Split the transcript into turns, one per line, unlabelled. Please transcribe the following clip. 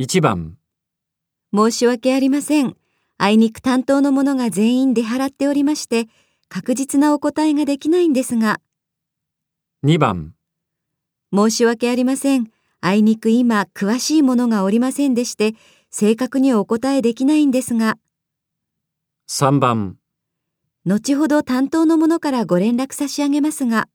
1番、
申し訳ありません。あいにく担当の者が全員出払っておりまして、確実なお答えができないんですが、
2番、
申し訳ありません。あいにく今、詳しい者がおりませんでして、正確にお答えできないんですが、
3番。
後ほど担当の者からご連絡差し上げますが、